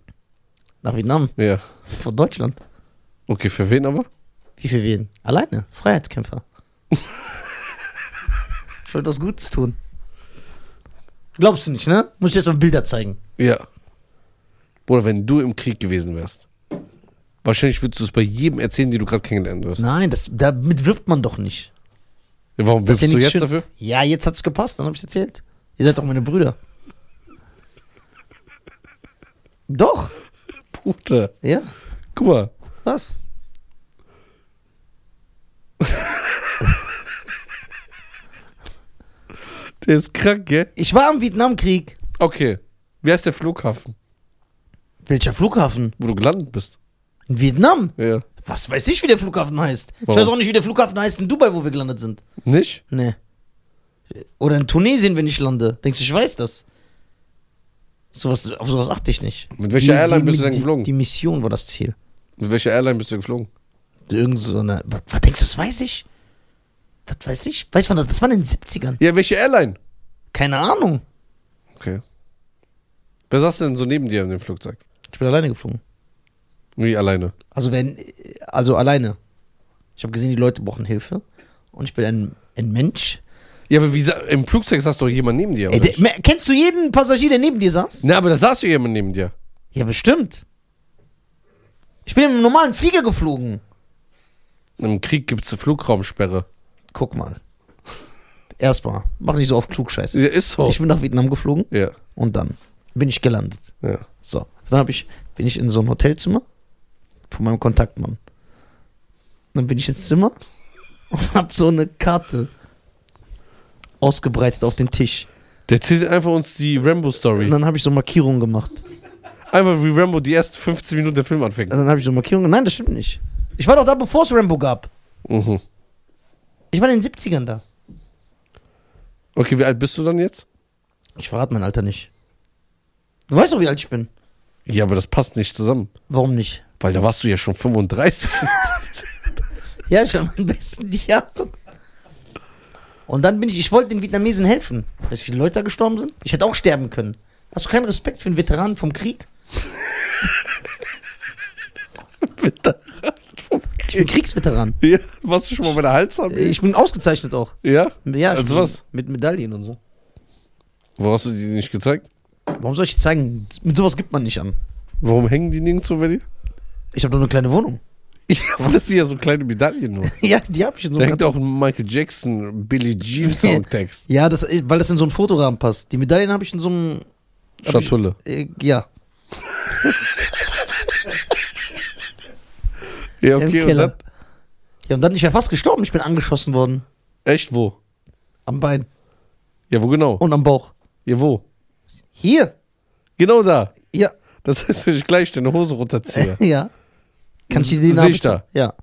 Speaker 2: Nach Vietnam,
Speaker 1: Ja.
Speaker 2: von Deutschland.
Speaker 1: Okay, für wen aber?
Speaker 2: Wie für wen? Alleine, Freiheitskämpfer. ich wollte was Gutes tun. Glaubst du nicht, ne? Muss ich erst mal Bilder zeigen.
Speaker 1: Ja. Bruder, wenn du im Krieg gewesen wärst, wahrscheinlich würdest du es bei jedem erzählen, den du gerade kennengelernt hast.
Speaker 2: Nein, das, damit wirbt man doch nicht.
Speaker 1: Ja, Warum
Speaker 2: Das
Speaker 1: wirst
Speaker 2: ist ja
Speaker 1: du
Speaker 2: nichts
Speaker 1: jetzt
Speaker 2: Schönes.
Speaker 1: dafür?
Speaker 2: Ja, jetzt hat's gepasst, dann hab ich's erzählt. Ihr seid doch meine Brüder. Doch,
Speaker 1: Bruder,
Speaker 2: ja.
Speaker 1: guck mal.
Speaker 2: Was?
Speaker 1: Der ist krank, gell?
Speaker 2: Ich war im Vietnamkrieg.
Speaker 1: Okay. Wer ist der Flughafen,
Speaker 2: Welcher Flughafen?
Speaker 1: wo du gelandet bist?
Speaker 2: In Vietnam?
Speaker 1: Ja.
Speaker 2: Was weiß ich, wie der Flughafen heißt? Ich
Speaker 1: Warum?
Speaker 2: weiß auch nicht, wie der Flughafen heißt in Dubai, wo wir gelandet sind.
Speaker 1: Nicht?
Speaker 2: Nee. Oder in Tunesien, wenn ich lande. Denkst du, ich weiß das? Sowas, auf sowas achte ich nicht.
Speaker 1: Mit welcher Airline bist du denn
Speaker 2: die,
Speaker 1: geflogen?
Speaker 2: Die Mission war das Ziel.
Speaker 1: Mit welcher Airline bist du geflogen?
Speaker 2: Irgend so eine. Was, was denkst du, das weiß ich? Was weiß ich? Weiß man das? Das war in den 70ern.
Speaker 1: Ja, welche Airline?
Speaker 2: Keine Ahnung.
Speaker 1: Okay. Wer saß denn so neben dir in dem Flugzeug?
Speaker 2: Ich bin alleine geflogen.
Speaker 1: Wie alleine?
Speaker 2: Also wenn, also alleine. Ich habe gesehen, die Leute brauchen Hilfe. Und ich bin ein, ein Mensch.
Speaker 1: Ja, aber wie sa- im Flugzeug saß doch jemand neben dir.
Speaker 2: Ey,
Speaker 1: oder
Speaker 2: der,
Speaker 1: nicht?
Speaker 2: mer- kennst du jeden Passagier, der neben dir saß?
Speaker 1: Na, aber da saß ja jemand neben dir.
Speaker 2: Ja, bestimmt. Ich bin im normalen Flieger geflogen.
Speaker 1: Im Krieg gibt es eine Flugraumsperre.
Speaker 2: Guck mal. Erstmal, mach nicht so auf Klugscheiße.
Speaker 1: Ja, ist so.
Speaker 2: Ich bin nach Vietnam geflogen
Speaker 1: ja,
Speaker 2: und dann bin ich gelandet.
Speaker 1: ja.
Speaker 2: So, dann hab ich, bin ich in so ein Hotelzimmer von meinem Kontaktmann. Dann bin ich ins Zimmer und hab so eine Karte ausgebreitet auf den Tisch.
Speaker 1: Der erzählt einfach uns die
Speaker 2: Und
Speaker 1: Rambo-Story.
Speaker 2: dann habe ich so Markierungen gemacht.
Speaker 1: Einfach wie Rambo die ersten 15 Minuten der Film
Speaker 2: Und
Speaker 1: anfängt.
Speaker 2: dann habe ich so Markierungen. Nein, das stimmt nicht. Ich war doch da, bevor es Rambo gab.
Speaker 1: Mhm.
Speaker 2: Ich war in den 70ern da.
Speaker 1: Okay, wie alt bist du dann jetzt?
Speaker 2: Ich verrate mein Alter nicht. Du weißt doch, wie alt ich bin.
Speaker 1: Ja, aber das passt nicht zusammen.
Speaker 2: Warum nicht?
Speaker 1: Weil da warst du ja schon 35.
Speaker 2: Ja, ich habe meinen besten Jahre. Und dann bin ich, ich wollte den Vietnamesen helfen. Weißt du, wie viele Leute da gestorben sind? Ich hätte auch sterben können. Hast du keinen Respekt für einen Veteranen vom Krieg? Ich bin Kriegsveteran.
Speaker 1: ja, warst du schon mal bei der Halsarmee?
Speaker 2: Ich bin ausgezeichnet auch.
Speaker 1: ja?
Speaker 2: Ja, ich
Speaker 1: Also
Speaker 2: bin
Speaker 1: was?
Speaker 2: Mit Medaillen und so.
Speaker 1: Wo hast du die nicht gezeigt?
Speaker 2: Warum soll ich die zeigen? Mit sowas gibt man nicht an.
Speaker 1: Warum hängen die nirgendwo bei dir?
Speaker 2: Ich habe doch eine kleine Wohnung.
Speaker 1: Ja, aber das sind ja so kleine Medaillen nur.
Speaker 2: Ja, die habe ich in so
Speaker 1: Da
Speaker 2: einem
Speaker 1: hängt auch ein Michael Jackson Billie Jean Songtext.
Speaker 2: Ja, das, weil das in so einen Fotorahmen passt. Die Medaillen habe ich in so einem. hab
Speaker 1: Schatulle.
Speaker 2: Ich, äh, ja.
Speaker 1: Ja,
Speaker 2: Im
Speaker 1: okay. Und
Speaker 2: Keller.
Speaker 1: dann,
Speaker 2: Ja, und dann, ich wäre fast gestorben. Ich bin angeschossen worden.
Speaker 1: echt wo?
Speaker 2: Am Bein
Speaker 1: Ja, wo genau?
Speaker 2: und am Bauch.
Speaker 1: Ja, wo?
Speaker 2: Hier?
Speaker 1: Genau da.
Speaker 2: Ja.
Speaker 1: Das heißt, wenn ich gleich deine Hose runterziehe.
Speaker 2: ja. Kann ich dir die
Speaker 1: Seh
Speaker 2: Narbe
Speaker 1: ich da.
Speaker 2: Ja.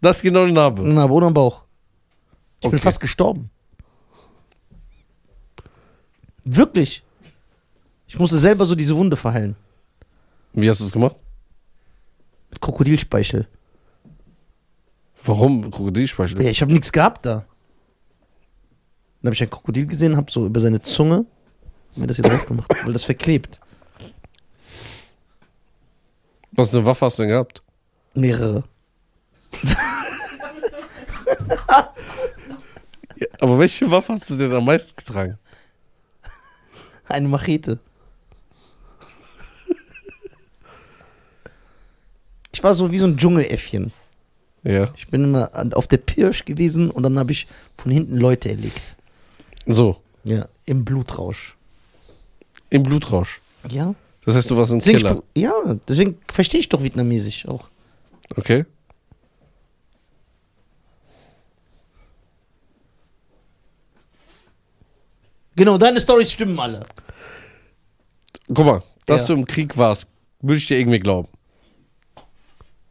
Speaker 1: Das ist genau die Narbe.
Speaker 2: Na, aber ohne am Bauch. Ich bin
Speaker 1: Okay.
Speaker 2: fast gestorben. Wirklich. Ich musste selber so diese Wunde verheilen.
Speaker 1: Wie hast du es gemacht?
Speaker 2: Mit Krokodilspeichel.
Speaker 1: Warum Krokodilspeichel?
Speaker 2: Ja, ich habe nichts gehabt da. Dann habe ich ein Krokodil gesehen, habe so über seine Zunge mir das hier drauf gemacht, weil das verklebt.
Speaker 1: Was für eine Waffe hast du denn gehabt?
Speaker 2: Mehrere.
Speaker 1: Ja, aber welche Waffe hast du denn am meisten getragen?
Speaker 2: Eine Machete. Ich war so wie so ein Dschungeläffchen.
Speaker 1: Ja.
Speaker 2: Ich bin immer an- auf der Pirsch gewesen und dann habe ich von hinten Leute erlegt.
Speaker 1: So,
Speaker 2: Ja. Im Blutrausch.
Speaker 1: im Blutrausch.
Speaker 2: Ja.
Speaker 1: Das heißt, du warst ein
Speaker 2: Deswegen ich,
Speaker 1: Killer.
Speaker 2: pro- ja, deswegen verstehe ich doch Vietnamesisch auch.
Speaker 1: Okay.
Speaker 2: Genau, deine Stories stimmen alle.
Speaker 1: Guck mal, dass
Speaker 2: Ja.
Speaker 1: du im Krieg warst, würde ich dir irgendwie glauben.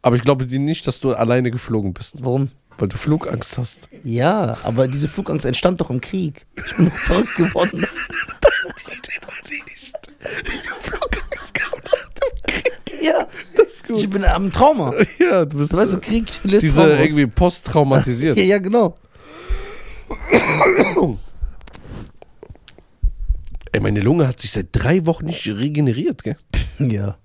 Speaker 1: Aber ich glaube dir nicht, dass du alleine geflogen bist,
Speaker 2: Warum?
Speaker 1: weil du Flugangst hast.
Speaker 2: Ja, aber diese Flugangst entstand doch im Krieg. Ich bin verrückt geworden. Ja, das ist gut. Ich bin am Trauma.
Speaker 1: Ja, du bist
Speaker 2: Du weißt, im Krieg löst
Speaker 1: diese
Speaker 2: Trauma aus.
Speaker 1: irgendwie posttraumatisiert.
Speaker 2: Ja, ja, genau.
Speaker 1: Ey, meine Lunge hat sich seit drei Wochen nicht regeneriert, gell?
Speaker 2: Ja.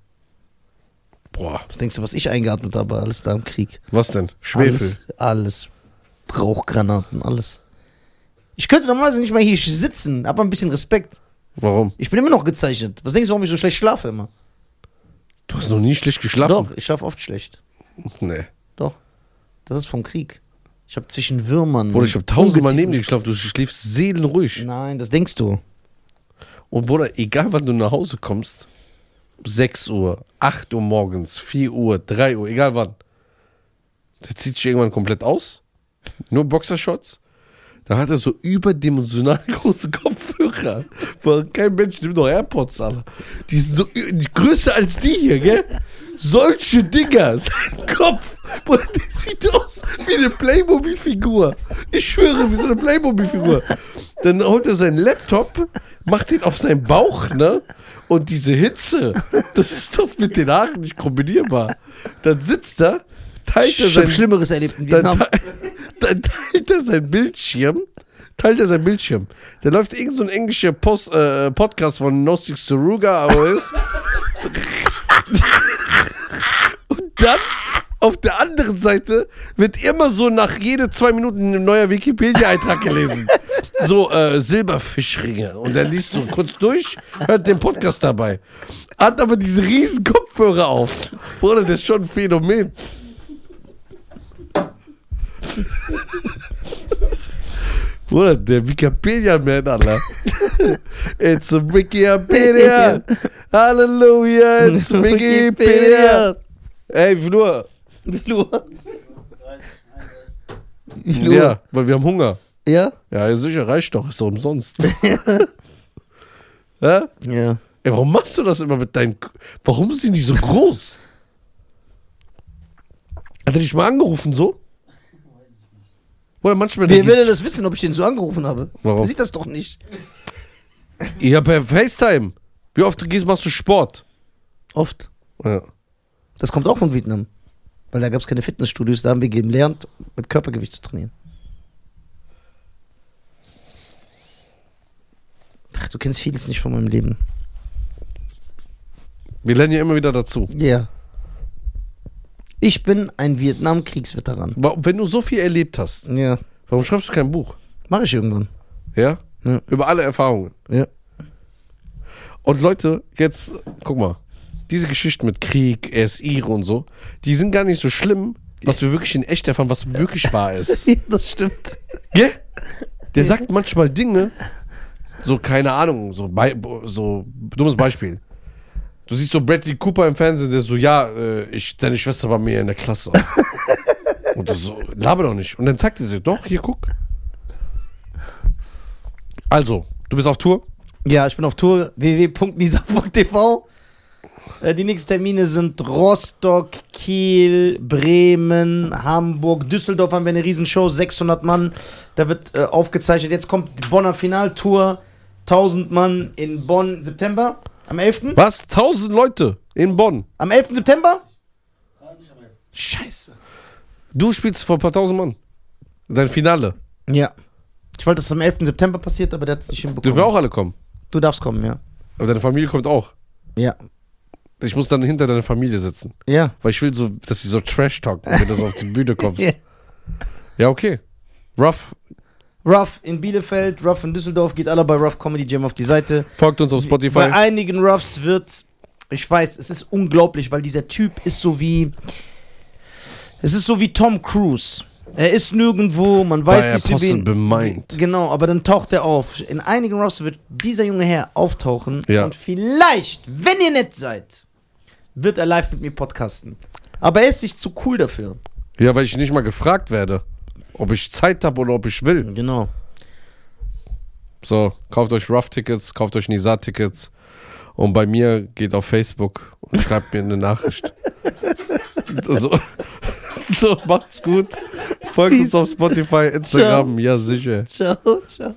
Speaker 1: Boah,
Speaker 2: Was denkst du, was ich eingeatmet habe? Alles da im Krieg.
Speaker 1: was denn? Schwefel.
Speaker 2: Alles. alles. Rauchgranaten, alles. Ich könnte normalerweise nicht mal hier sitzen. Hab mal ein bisschen Respekt.
Speaker 1: Warum?
Speaker 2: Ich bin immer noch gezeichnet. Was denkst du, warum ich so schlecht schlafe immer?
Speaker 1: Du hast noch nie schlecht geschlafen?
Speaker 2: Doch, ich schlafe oft schlecht.
Speaker 1: Doch. Nee.
Speaker 2: Doch. Das ist vom Krieg. Ich habe zwischen Würmern.
Speaker 1: Bruder, ich habe tausendmal neben dir
Speaker 2: dir.
Speaker 1: geschlafen. Du schläfst seelenruhig.
Speaker 2: Nein, das denkst du.
Speaker 1: Und Bruder, egal wann du nach Hause kommst, 6 Uhr, 8 Uhr morgens, 4 Uhr, 3 Uhr, egal wann. Der zieht sich irgendwann komplett aus. Nur Boxershorts. Da hat er so überdimensional große Kopfhörer. Weil kein Mensch nimmt noch AirPods an. Die sind so ü- die größer als die hier, gell? Solche Dinger. Sein Kopf. Bruder, der sieht aus wie eine Playmobil-Figur. Ich schwöre, wie so eine Playmobil-Figur. Dann holt er seinen Laptop, macht den auf seinen Bauch, ne? Und diese Hitze, das ist doch mit den Haaren nicht kombinierbar. Dann sitzt er, teilt
Speaker 2: Ich
Speaker 1: er
Speaker 2: habe
Speaker 1: seinen
Speaker 2: Schlimmeres erlebt in
Speaker 1: dann,
Speaker 2: Vietnam.
Speaker 1: te dann teilt er sein Bildschirm. Teilt er sein Bildschirm. Da läuft irgend so ein englischer Post, äh, Podcast von Gnostic Saruga aus. Und dann auf der anderen Seite wird immer so nach jede zwei Minuten ein neuer Wikipedia-Eintrag gelesen. So äh, Silberfischringe. Und dann liest du kurz durch, hört den Podcast dabei. Hat aber diese riesen Kopfhörer auf. Bruder, das ist schon ein Phänomen. Bruder, der Wikipedia-Man, Alter. it's a Wikipedia. Halleluja, it's Wikipedia. Ey, nur.
Speaker 2: Nur.
Speaker 3: 30, 31.
Speaker 2: Nur.
Speaker 1: Ja, weil wir haben Hunger.
Speaker 2: Ja?
Speaker 1: Ja, ja, sicher, reicht doch, ist doch umsonst. ja?
Speaker 2: Ja.
Speaker 1: Ey, warum machst du das immer mit deinen. K- Warum sind die so groß? Hat er dich mal angerufen so? Oder manchmal.
Speaker 2: Wer will denn das wissen, ob ich den so angerufen habe?
Speaker 1: Warum?
Speaker 2: Der sieht das doch nicht.
Speaker 1: ja, per FaceTime. Wie oft du gehst, machst du Sport?
Speaker 2: Oft.
Speaker 1: Ja.
Speaker 2: Das kommt auch von Vietnam. Weil da gab es keine Fitnessstudios, da haben wir gelernt, mit Körpergewicht zu trainieren. Ach, du kennst vieles nicht von meinem Leben.
Speaker 1: Wir lernen ja immer wieder dazu.
Speaker 2: Ja. Ich bin ein Vietnamkriegsveteran.
Speaker 1: Wa- Wenn du so viel erlebt hast,
Speaker 2: Ja.
Speaker 1: warum schreibst du kein Buch?
Speaker 2: Mache ich irgendwann.
Speaker 1: Ja?
Speaker 2: Ja.
Speaker 1: Über alle Erfahrungen.
Speaker 2: Ja.
Speaker 1: Und Leute, jetzt, guck mal, diese Geschichten mit Krieg, SIR und so, die sind gar nicht so schlimm, was wir wirklich in echt erfahren, was wirklich wahr ist.
Speaker 2: das stimmt.
Speaker 1: Gell? Der sagt manchmal Dinge, so, keine Ahnung, so, bei, so dummes Beispiel. Du siehst so Bradley Cooper im Fernsehen, der so, ja, äh, ich, seine Schwester war mir in der Klasse. Und du so, laber doch nicht. Und dann zeigt er dir, doch, hier, guck. Also, du bist auf Tour,
Speaker 2: Ja, ich bin auf Tour www.nisa.tv. Äh, Die nächsten Termine sind Rostock, Kiel, Bremen, Hamburg, Düsseldorf haben wir eine Riesenshow, 600 Mann, da wird äh, aufgezeichnet. Jetzt kommt die Bonner Finaltour, 1000 Mann in Bonn, September, am 11.
Speaker 1: Was? 1000 Leute in Bonn.
Speaker 2: Am 11. September?
Speaker 3: Ah, nicht am Elf.
Speaker 2: Scheiße.
Speaker 1: Du spielst vor ein paar tausend Mann. Dein Finale.
Speaker 2: Ja. Ich wollte, dass es am 11. September passiert, aber der hat es nicht hinbekommen.
Speaker 1: Dürfen wir auch alle kommen.
Speaker 2: Du darfst kommen, ja.
Speaker 1: Aber deine Familie kommt auch.
Speaker 2: Ja.
Speaker 1: Ich muss dann hinter deiner Familie sitzen.
Speaker 2: Ja.
Speaker 1: Weil ich will so, dass sie so Trash talken, wenn du so auf die Bühne kommst. Ja, okay. Ruff,
Speaker 2: Ruff in Bielefeld, Ruff in Düsseldorf, geht alle bei Ruff Comedy Jam auf die Seite.
Speaker 1: folgt uns auf
Speaker 2: Bei
Speaker 1: Spotify.
Speaker 2: einigen Ruffs wird, ich weiß, es ist unglaublich, weil dieser Typ ist so wie, es ist so wie Tom Cruise. Er ist nirgendwo, man weiß
Speaker 1: Bei
Speaker 2: nicht, wie
Speaker 1: Apostle bemeint.
Speaker 2: Genau, aber dann taucht er auf. In einigen Ruffs wird dieser junge Herr auftauchen
Speaker 1: Ja.
Speaker 2: und vielleicht, wenn ihr nett seid, wird er live mit mir podcasten. Aber er ist sich zu cool dafür.
Speaker 1: Ja, weil ich nicht mal gefragt werde, ob ich Zeit habe oder ob ich will.
Speaker 2: Genau.
Speaker 1: So, kauft euch Ruff-Tickets, kauft euch Nisa-Tickets. Und bei mir geht auf Facebook und schreibt mir eine Nachricht. so, so, macht's gut. Folgt uns auf Spotify, Instagram. Ja, sicher.
Speaker 2: Ciao, ciao.